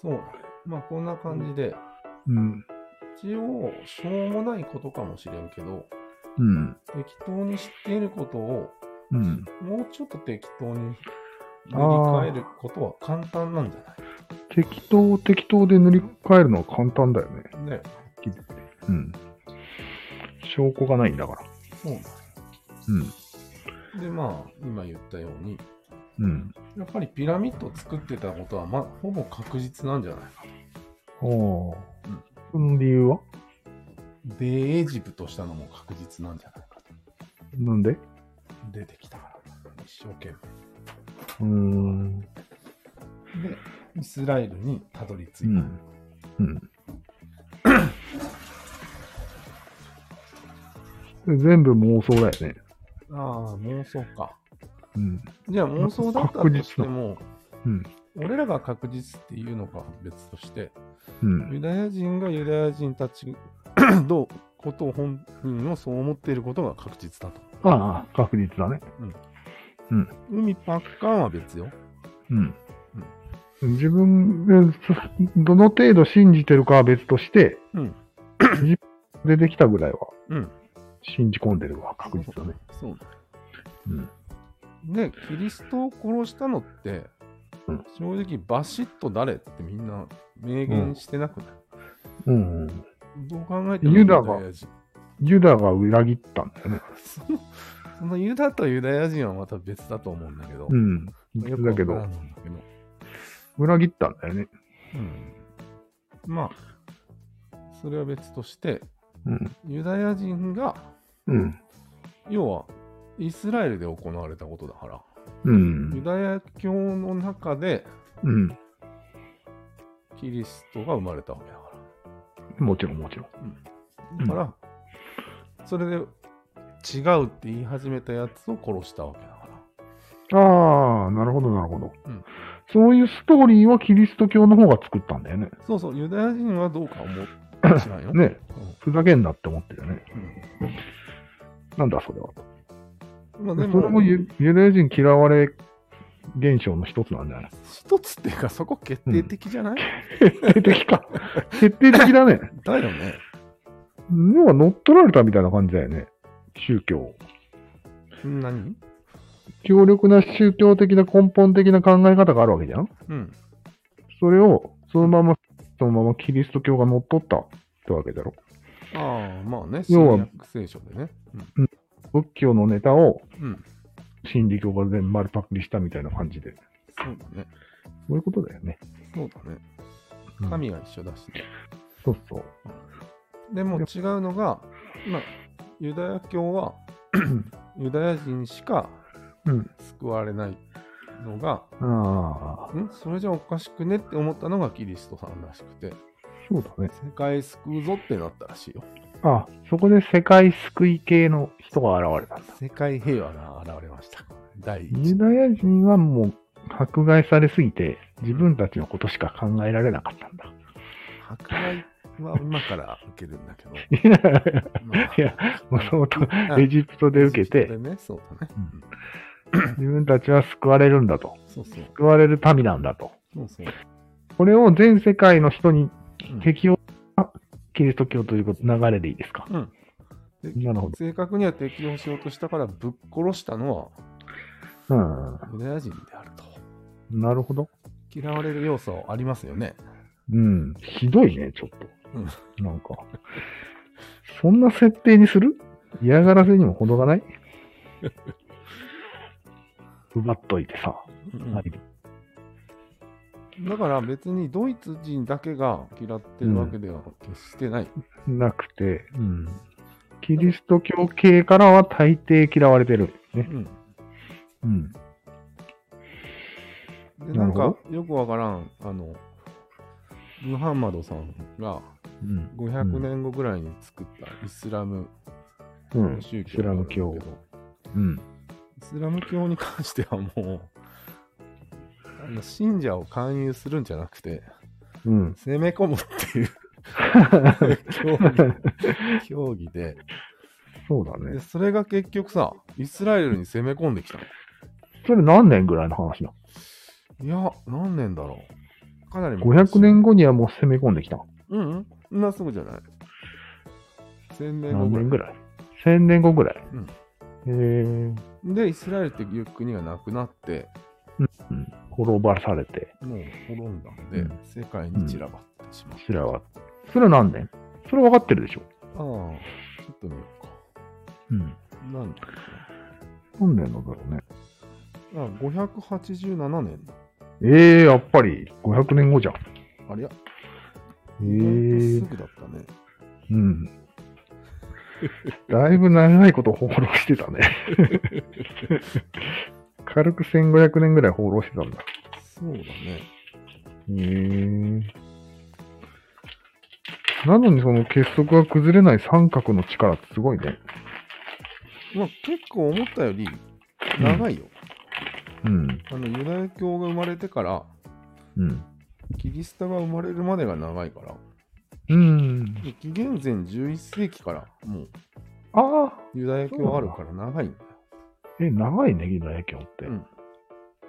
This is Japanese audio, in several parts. そう。まあこんな感じで、うん。一応、しょうもないことかもしれんけど、うん。適当に知っていることを、うん。もうちょっと適当に塗りあー替えることは簡単なんじゃ適当、適当で塗り替えるのは簡単だよね。ないね。うん。証拠がないんだから。そうなうん。ので、まあ、今言ったように、うん。やっぱりピラミッドを作ってたことは、ま、ほぼ確実なんじゃないおあ。その理由はで、エジプトしたのも確実なんじゃないかと。なんで出てきたから、一生懸うーん。命。で、イスラエルにたどり着いた。うん。うん。それ全部妄想だよね。ああ、妄想か。うん。じゃあ妄想だったとしても、うん。俺らが確実っていうのか別として、うん。ユダヤ人がユダヤ人た ちのことを本人もそう思っていることが確実だと。ああ、確率だね。海パッカンは別よ。うん。自分、えそどの程度信じてるかは別として、うん。出てきたぐらいはうん。信じ込んでるわ、確実だね。そう。そううん。で、キリストを殺したのって、うん正直バシッと誰ってみんな明言してなくない、うん、うん。どう考えてもユダがヤ人。ユダが裏切ったんだよね。そのそのユダとユダヤ人はまた別だと思うんだけど。うん。よくだけわどか、らんんだけど裏切ったんだよね。うん、まあ、それは別として、うん。ユダヤ人が、うん。要は、イスラエルで行われたことだから、うユん。ダヤ教の中でうん。キリストが生まれたわけだかもちろん、もちろん。うら。んだから、それで違うって言い始めたやつを殺したわけだから。ああ、なるほど、なるほど、うんそういうストーリーはキリスト教の方が作ったんだよね。そうそう、ユダヤ人はどうか思 ってしないよ。ねふざけんなって思ってるよね。なんだ、それは。うん。まあそでれもも、ユユダヤ人嫌われ現象の一つなんじゃない一つっていうか、そこ決定的じゃない、 決定的か。決定的だね。だよね。要は乗っ取られたみたいな感じだよね。宗教を。何強力な宗教的な根本的な考え方があるわけじゃん。うん。それをそのまま、そのままキリスト教が乗っ取ったってわけだろ。ああ、まあね、新要は約聖書でね。仏教のネタをうん。うん、真理教が全部丸パクリしたみたいな感じで。そうだね。そういうことだよね。そうだねう。ん神が一緒だしね。そうそう。でも違うのが、まあ、ユダヤ教は、 ユダヤ人しかうん。救われないのが、ああ、んそれじゃおかしくねって思ったのがキリストさんらしくて、そうだね。世界救うぞってなったらしいよ。あそこで世界救い系の人が現れたんだ。世界平和が現れました。第一ユダヤ人はもう迫害されすぎて、自分たちのことしか考えられなかったん だ。迫害は今から受けるんだけど。いやまあいや、もともとうんエジプトで受けてで、ね、そうだね。うん自分たちは救われるんだと。そうそう。救われる民なんだと。そうそう。これを全世界の人にうん適用したキリスト教ということ流れでいいですか。うんでなるほど。正確には適用しようとしたからぶっ殺したのはうん。ユダヤ人であると。なるほど。嫌われる要素ありますよね。うん。ひどいね、ちょっうんと。なんか。そんな設定にする嫌がらせにも程 がない奪っといてさ。はい。だから別にドイツ人だけが嫌ってるわけでは決してない。なくて、うん。キリスト教系からは大抵嫌われてる。ね。うんうん。でなんなるかよくわからん、あの、ムハンマドさんがうん。 500年後ぐらいに作ったイスラムうん。宗イス教ラなんだムけど、教。うん。イスラム教に関してはもう、あの信者を勧誘するんじゃなくて、うん。攻め込むっていう 競技競技でそうだで、ね。それが結局さ、イスラエルに攻め込んできたの。それ何年ぐらいの話だいや、何年だろう。かなり昔500年後にはもう攻め込んできた。うんうん。そんなすぐじゃない。1000年後何ぐらい年。ぐらい ?1000 年後ぐらい。うんえー、で、イスラエルっていう国がなくなって、うん滅ばされて、もう滅んだんで、うん世界に散らばってしまった。それは、それは何年それは分かってるでしょ。ああ、ちょっと見ようか。うん。何年か何年なんだろうね。なあ、587年だ。ええやっぱり500年後じゃん。えありゃ、え意外とすぐだったね。うん。だいぶ長いこと放浪してたね。 軽く1500年ぐらい放浪してたんだ。そうだね。へえなのにその結束が崩れない三角の力ってすごいね。まあ、結構思ったより長いよ。うん。あのユダヤ教が生まれてから、うん。キリストが生まれるまでが長いから、うん。で紀元前11世紀からもうああユダヤ教あるから長いんだよ。え、長いね、ギター教って。うん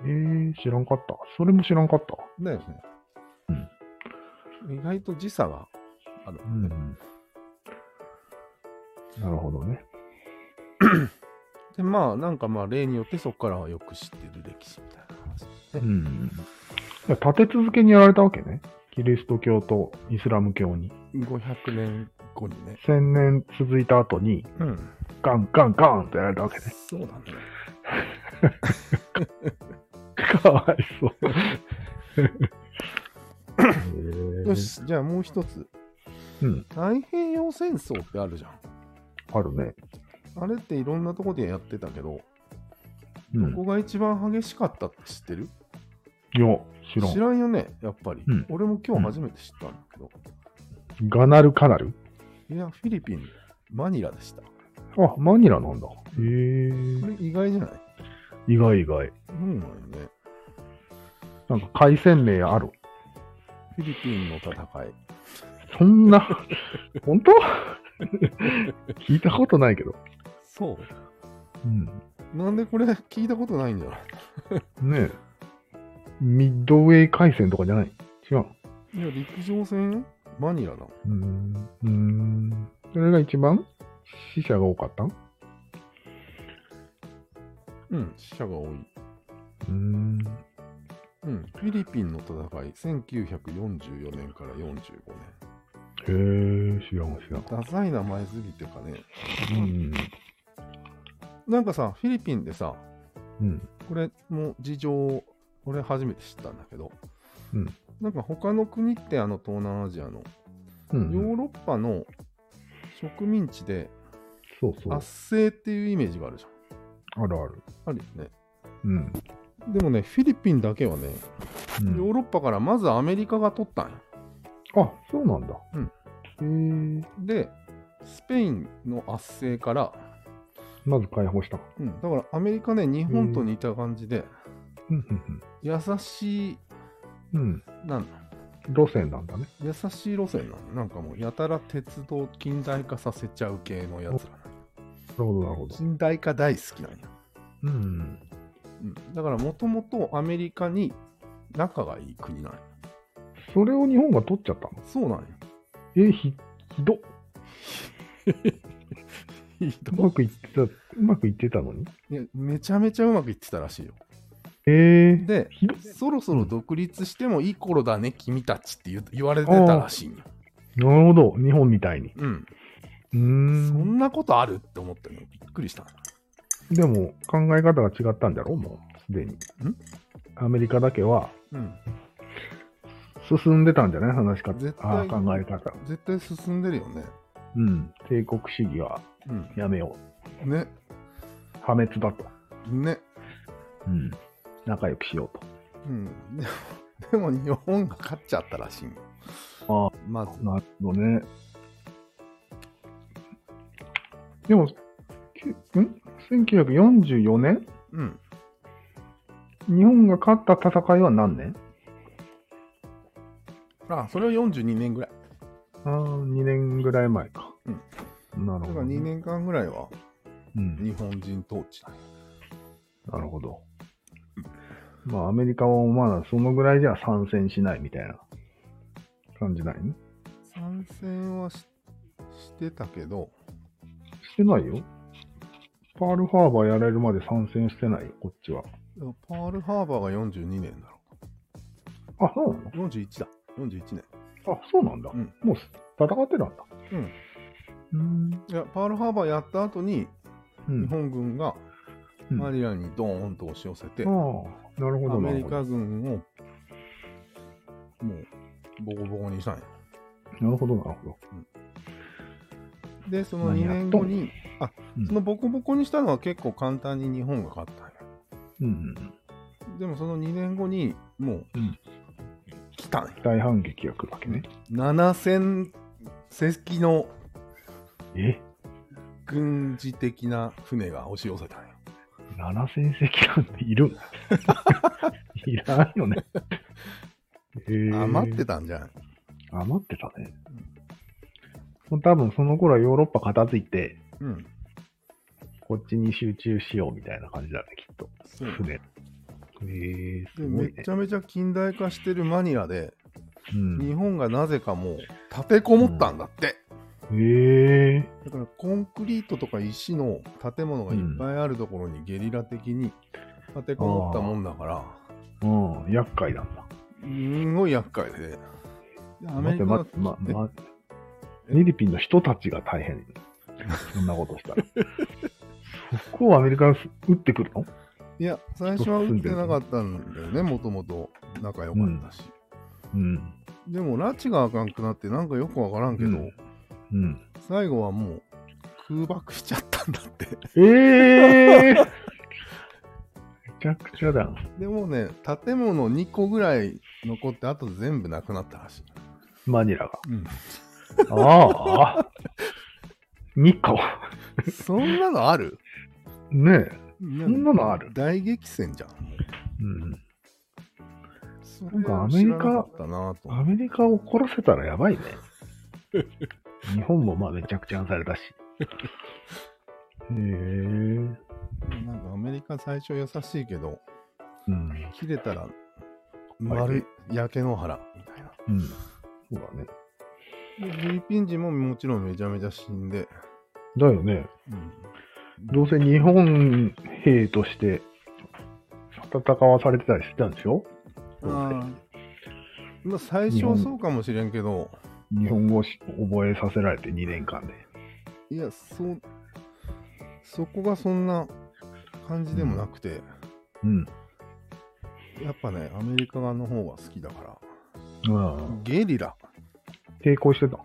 ええ知らんかった。それも知らんかった。だよね。意外と時差がある、ねなるほどね。で、まあ、なんかまあ、例によってそこからはよく知ってる歴史みたいな話うね。ん。立て続けにやられたわけね。キリスト教とイスラム教に。 500年後にね。 1000年続いた後に、うん。ガンガンガンとやられたわけね。そうだね。 かわいそう。よ。し、じゃあもう一つ。うん。太平洋戦争ってあるじゃん。あるね。あれっていろんなとこでやってたけど、うどこが一番激しかったって知ってるいや、知ら知ん。らんよね、やっぱり。うん俺も今日初めて知ったんだけど。ガナルカナルいや、フィリピン、マニラでした。こあ、マニラなんだ。へえ。れ意外じゃない意外意外。そうなんよね。なんか海鮮名ある。フィリピンの戦い。そんな、本当聞いたことないけど。そうん。う。なんでこれ 聞いたことないんだろねえ。ミッドウェー海戦とかじゃない違う。う。いや、陸上戦マニラだ。うーん。うーん。それが一番死者が多かったううん、死者が多い。ーん。うん、フィリピンの戦い、1944年から45年。へえ、知らん知らん。ダサい名前すぎてかね。うん。なんかさ、フィリピンでさ、うん。これも事情、俺初めて知ったんだけど、うんなんか他の国ってあの東南アジアの、うヨん。ーロッパの植民地でそうそう。あ圧政っていうイメージがあるじるある。ゃん。あるよね。うん。でもね、フィリピンだけはね、うヨーん、ロッパからまずアメリカが取ったんよ。あ、そうなんだ。へで、スペインの圧政から、まず解放した。うん、だからアメリカね、日本と似た感じで、うん。うん優しい、うん。なんうん路線なんだね。優しい路線なの。なんかもう、やたら鉄道を近代化させちゃう系のやつらなの。なるほど、なるほど。近代化大好きなんよ。うん。うん、だから、もともとアメリカに仲がいい国なんよ。それを日本が取っちゃったのそうなんよ。え、ひ、ひどっ。いうまくいってた、うまくいってたのに。やめちゃめちゃうまくいってたらしいよ。えー、で、ひどっ。そろそろ独立してもいい頃だね、君たちって言う言われてたらしいんよ。なるほど、日本みたいに。うん。うーそん。んなことあるって思ったの。びっくりした。でも、考え方が違ったんだろう、もう、すでに。アメリカだけは、うん。進んでたんじゃない話し方絶。対ああ、考え方。絶対進んでるよね。うん。帝国主義はうやめよん。ね。う。破滅だと。ね。うん。仲良くしよううん。でも、でも日本が勝っちゃったらしいんよ。と。あまずあ、。なるほどね。でも、きん ?1944 年うん。日本が勝った戦いは何年あ、それは42年ぐらい。ああ、2年ぐらい前か。。うんなるだほかどらね、 2年間ぐらいはうん。日本人統治だよ。なるほど。まあ、アメリカはまだそのぐらいじゃ参戦しないみたいな感じないね。参戦はししてたけど、してないよ。パールハーバーやられるまで参戦してないよ、こっちは。でもパールハーバーが42年だろ。あ、そうなの41だ。41年。あ、そうなんだ。うんもう戦ってたんだ。うん。いや、パールハーバーやった後に、う日ん。本軍がうんマニラにドーンと押し寄せて、ああ、なるほアどなメるリほど。カ軍を、もう、ボコボコにしたんや。なるほど、なるほど。で、その何2やっと年ん後に、あう、んそのボコボコにしたのは結構簡単に日本が勝ったんや。うん。でもその2年後に、もううん、来たんや。大反撃が来るわけね。 7000隻のえ軍事的な船が押し寄せたんや。 ?7000隻なんているん いらんよね。えー余ってたんじゃない余ってたね。もう多分その頃はヨーロッパ片付いて、うん。こっちに集中しようみたいな感じだね、きっと。そう船。へえー、ですごめいねち。ゃめちゃ近代化してるマニラで、うん日本がなぜかもう立てこもったんだって、へえだからコンクリートとか石の建物がいっぱいあるところにゲリラ的に立てこもったもんだから、ー、うん、厄介なんだ。すんごい厄介で。アメ待っリてカ待って、ま、ま、フィリピンの人たちが大変。そんなこ としたら。そこをアメリカが撃ってくるのいや、最初は打ってなかったんだよね、もともと仲良かったし。うん。でも、拉致があかんくなって、なんかよくわからんけど、うんうん。最後はもう空爆しちゃったんだって。 ええー、めちゃくちゃだ。でもね、建物2個ぐらい残って、あと全部なくなったらしい。マニラが。うんああ。2個。そんなのあるねえ。そんなのある大激戦じゃん。もううん。そんれかはアメリ知らカなかったなと。アメリカを怒らせたらやばいね。日本もまあめちゃくちゃにされたし。へえー。なんかアメリカ最初優しいけど、うん。切れたら丸い焼け野原みたいな。うん。そうだね。でフィリピン人ももちろんめちゃめちゃ死んで、だよね。うんどうせ日本兵として戦わされてたりしてたんでしょどあうせーまあ最初はそうかもしれんけど、日本語をし覚えさせられて2年間で。いや、そう、そこがそんな感じでもなくて、うん。やっぱね、アメリカ側の方が好きだから、ああゲリラ、抵抗してた。あ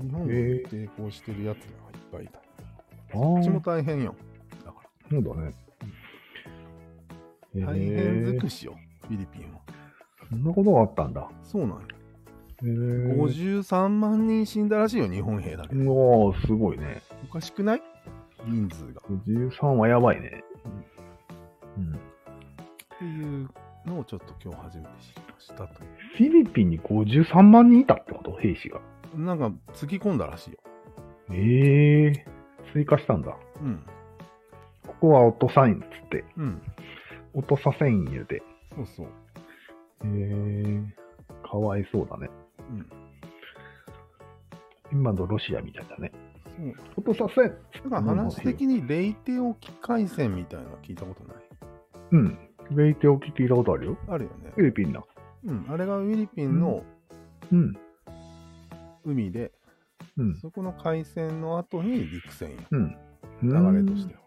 日本にへー抵抗してるやつがいっぱいいた。あ。こっちそもう大変よ。だかだね。へえら、大変尽くしよ、フィリピンは。そんなことがあったんだ。へそうなんよ。え53万人死んだらしいよ、日本兵だけで。うわあ、すごいね。おかしくない人数が。 53はやばいね。うん。っていうのをちょっと今日初めて知りましたといフィリピンに53万人いたってこと兵士が。う。なんか、つぎ込んだらしいよ。ええ追加したんだ。うん。ここは落とさんっつって。うん。落とさせん言うて。そうそう。へえ、かわいそうだね。うん。今のロシアみたいだね。そう落とさせんだから話的にレイテ沖海戦みたいなの聞いたことない。うん。レイテ沖聞いたことあるよ。あるよね。フィリピンだ。うん。あれがフィリピンのうん。海で、うん。そこの海戦の後に陸戦や。うん。流れとしては。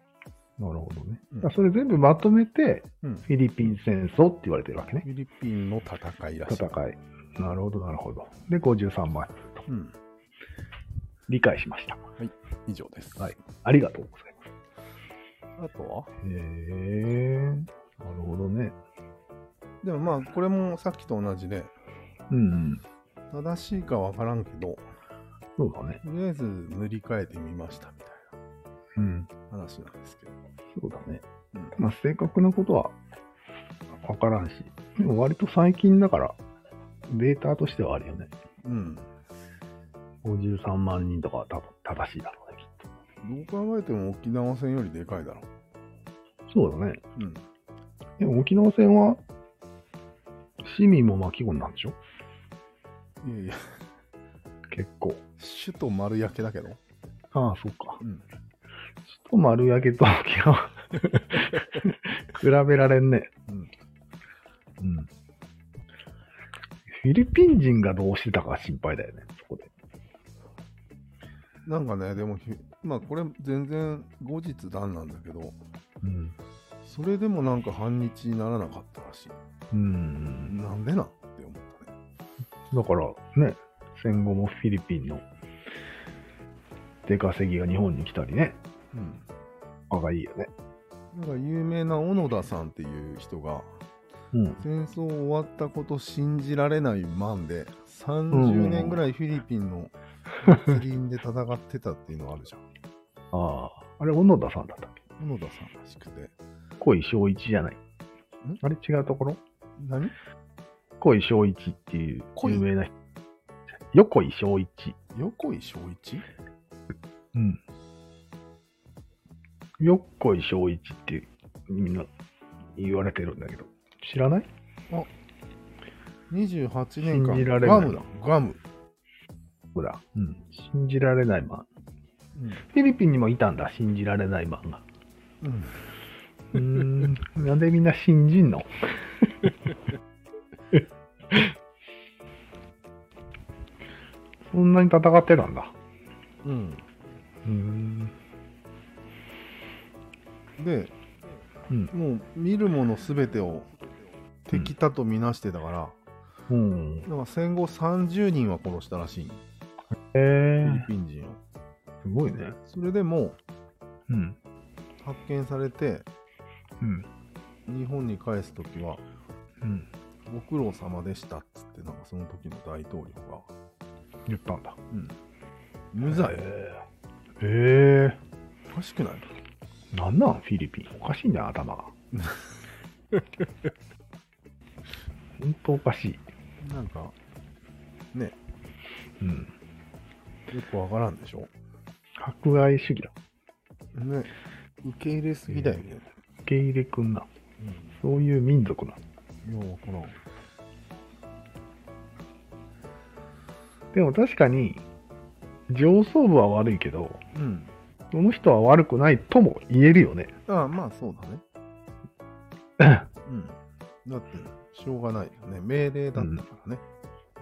なるほどね。うんだからそれ全部まとめて、うんフィリピン戦争って言われてるわけね。フィリピンの戦いらしい戦。い。なるほど、なるほど。で、53万人と。うん。理解しました。以上です。はいありがとうございます。あとはへえ。なるほどね。でもまあ、これもさっきと同じで、うんうん。正しいかわからんけど、そうだね。とりあえず塗り替えてみましたみたいうん。な話なんですけど。そうだね。うんまあ、正確なことは分からんし、でも割と最近だから、データとしてはあるよね。うん。 53万人とかは多分正しいだろうね、きっどう考えても沖縄戦よりでかいだろと。そうだね。う。うん。でも沖縄戦は、市民も巻き込んだんでしょいやいや、結構。首都丸焼けだけど。ああ、そうか。うん。ちょっと丸焼けと沖 縄。比べられんね。うん。うん。フィリピン人がどうしてたか心配だよね、そこで。なんかね、でもひ、まあこれ全然後日談なんだけど、うん。それでもなんか反日にならなかったらしい。うん。なんでなんって思ったね。だからね、戦後もフィリピンの出稼ぎが日本に来たりね、うん。あがいいよね。なんか有名な小野田さんっていう人が、うん。戦争終わったこと信じられないマンで、うんう30ん年ぐらいフィリピンの釣りで戦ってたっていうのあるじゃん。ああ。あれ、小野田さんだったっけ小野田さんらしくて。恋正一じゃない。あれ違うところ何恋正一っていう恋有名な人。横井正一。横井正一うん。横井正一ってみんな言われてるんだけど。知らない ?28 年信じ間、られないガムだ、ガム。ほら。うん。信じられないマン。フィリピンにもいたんだ、信じられないマンが。うんうーん。 なんでみんな信じんの そんなに戦ってたんだ。うん。うーん。で、うん。もう見るものすべてを敵だとみなしてたから、うん。なんか戦後30人は殺したらしい、えフィーリ、ピン人を。すごいね。それでもうん。う発見されて、うん。日本に返すときは、うん。ご苦労様でしたっつって、なんかその時の大統領が、言ったんだ。うん、無罪、えー、えおかしくないー、なんなんフィリピン。おかしいんだよ、頭 が。本当おかしい。なんか、うん。よくわからんでしょ迫害主義だ。ね、受け入れすぎだよね。受け入れくんな。そういう民族な。うん、ようわからん。でも確かに、上層部は悪いけど、うん。その人は悪くないとも言えるよね。ああ、まあそうだね。うん。だって、しょうがないよね。命令だったから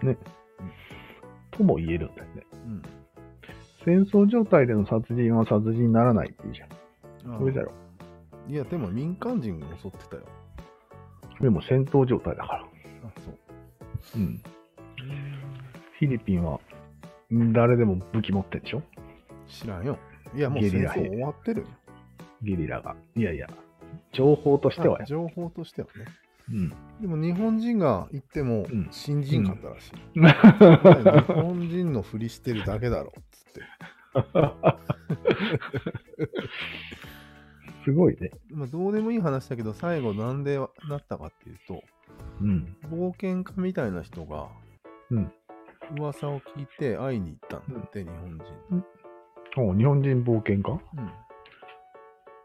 ね。とも言えるんだよね。うん。戦争状態での殺人は殺人にならないっていうじゃん。ああそれだろ。いや、でも民間人が襲ってたよ。でも戦闘状態だから。あ、そう。うん。フィリピンは、誰でも武器持ってんでしょ知らんよ。いや、もうゲリ戦ラ兵争終わってるよ。ゲリラが。いやいや、情報としてはあや。情報としてはね。うん。でも日本人が行ってもうん信じんかったらしい。お前日本人のふりしてるだけだろっつって。すごいね。まあ、どうでもいい話だけど、最後なんでなったかっていうと、うん。冒険家みたいな人が、うん噂を聞いて会いに行ったんだって、日本人。お日本人冒険家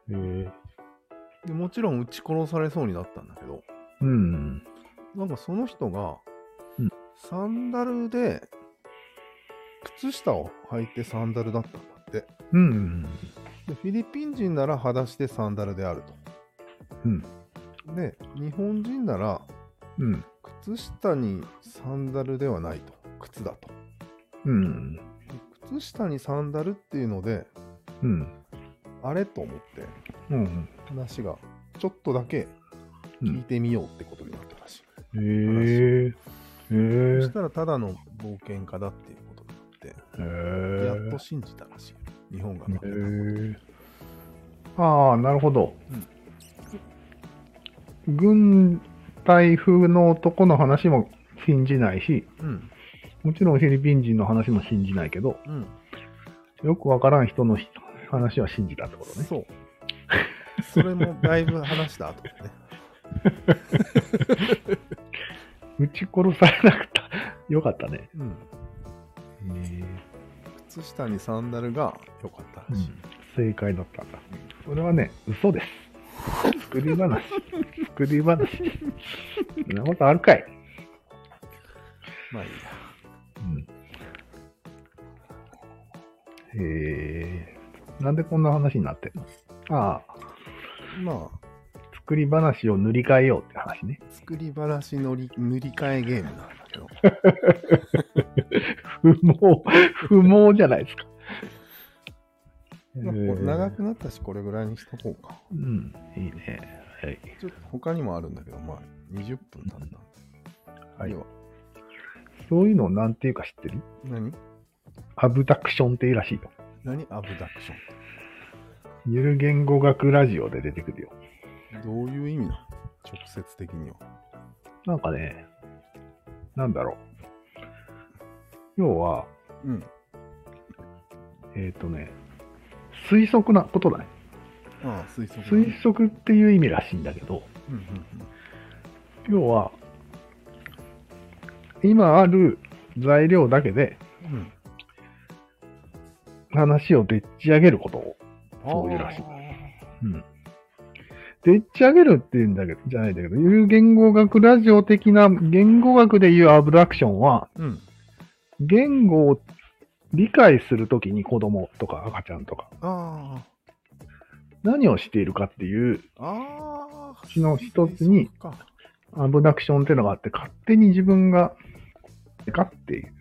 うんへえ。で。もちろん撃ち殺されそうになったんだけど、うん。なんかその人が、うんサンダルで、靴下を履いてサンダルだったんだって。うん。でフィリピン人なら裸足でサンダルであるうん。と。で、日本人ならうん。靴下にサンダルではないと。靴だと。うん。で靴下にサンダルっていうので、うん。あれと思ってうん。話がちょっとだけ聞いてみようってことになったらしい。へえ。へそえし。たらただの冒険家だっていうことになって、やっと信じたらしい。日本が勝てた。へえ。ああ、なるほど。軍隊風の男の話も信じないし、うん。もちろんフィリピン人の話も信じないけど、うん。よくわからん人のひ話は信じたってことね。そう。それもだいぶ話した後でね。撃ち殺されなくた。 よかったね。うん。へ靴下にサンダルが良かったらしい。正解だったんだ。それはね、嘘です。作り話。作り話。そんなことあるかい。まあいいや。うん。えー、なんでこんな話になってんのああ、まあ、作り話を塗り替えようって話ね。作り話のり塗り替えゲームなんだけど。不毛、不毛じゃないですか。まあこれ長えーくなったし、これぐらいにしとこうか。うん、いいね。はい。ちょっと他にもあるんだけど、まあ、20分なんだ。はいでは、そういうのをなんていうか知ってる何アブダクションっていうらしいよ。何アブダクシゆる言語学ラジオで出てくるよ。ョンどういう意味なの直接的には。なんかね、なんだろう。要は、うん。えっ、とね、推測なことだね。ああ、推測だ推ね。測っていう意味らしいんだけど、うんうんうん要は、今ある材料だけでうん話をでっち上げることを、そういうらしいい。うん。でっち上げるっていうんだけど、じゃないんだけど、いう言語学ラジオ的な言語学でいうアブダクションは、うん。言語を理解するときに子供とか赤ちゃんとかあ何をしているかっていうあ。ああ。うちの一つに推測か。アブダクションっていうのがあって、勝手に自分が、かっていう。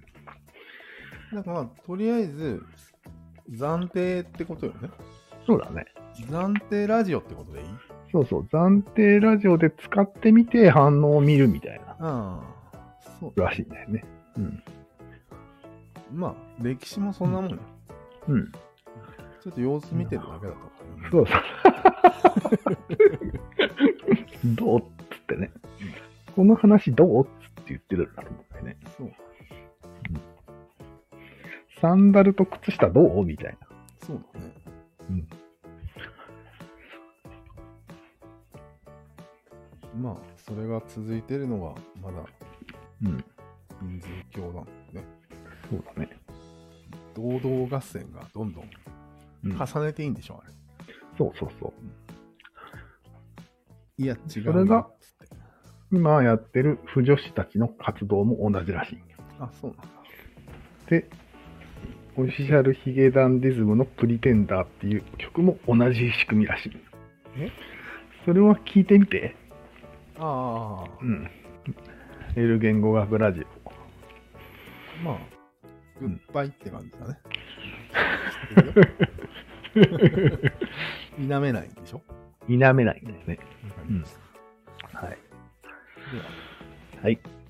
なんかまあ、とりあえず、暫定ってことよね。そうだね。暫定ラジオってことでいいそうそう。暫定ラジオで使ってみて反応を見るみたいな。ああ。そう。らしいんだよね。うん。まあ、歴史もそんなもんよ。うん。ちょっと様子見てるだけだと思そうそう。 どうっつってね。この話どうっつって言ってるんだと思うんだよね。そう。サンダルと靴下どうみたいな。そうだね。うん。まあ、それが続いてるのが、まだうん。ヒンズー教なんでね。そうだね。堂々合戦がどんどんうん、重ねていいんでしょ、あれ。そうそうそう。いや、違うな。それがつって。今やってる不女子たちの活動も同じらしい。あ、そうなんだ。で、オフィシャルヒゲダンディズムのプリテンダーっていう曲も同じ仕組みらしい。えそれは聞いてみて。ああ、うん。L 言語学ラジオ。まあ、グッバイって感じだね。 否めないんでしょ否めないんですね。わかりましたはい。でははい。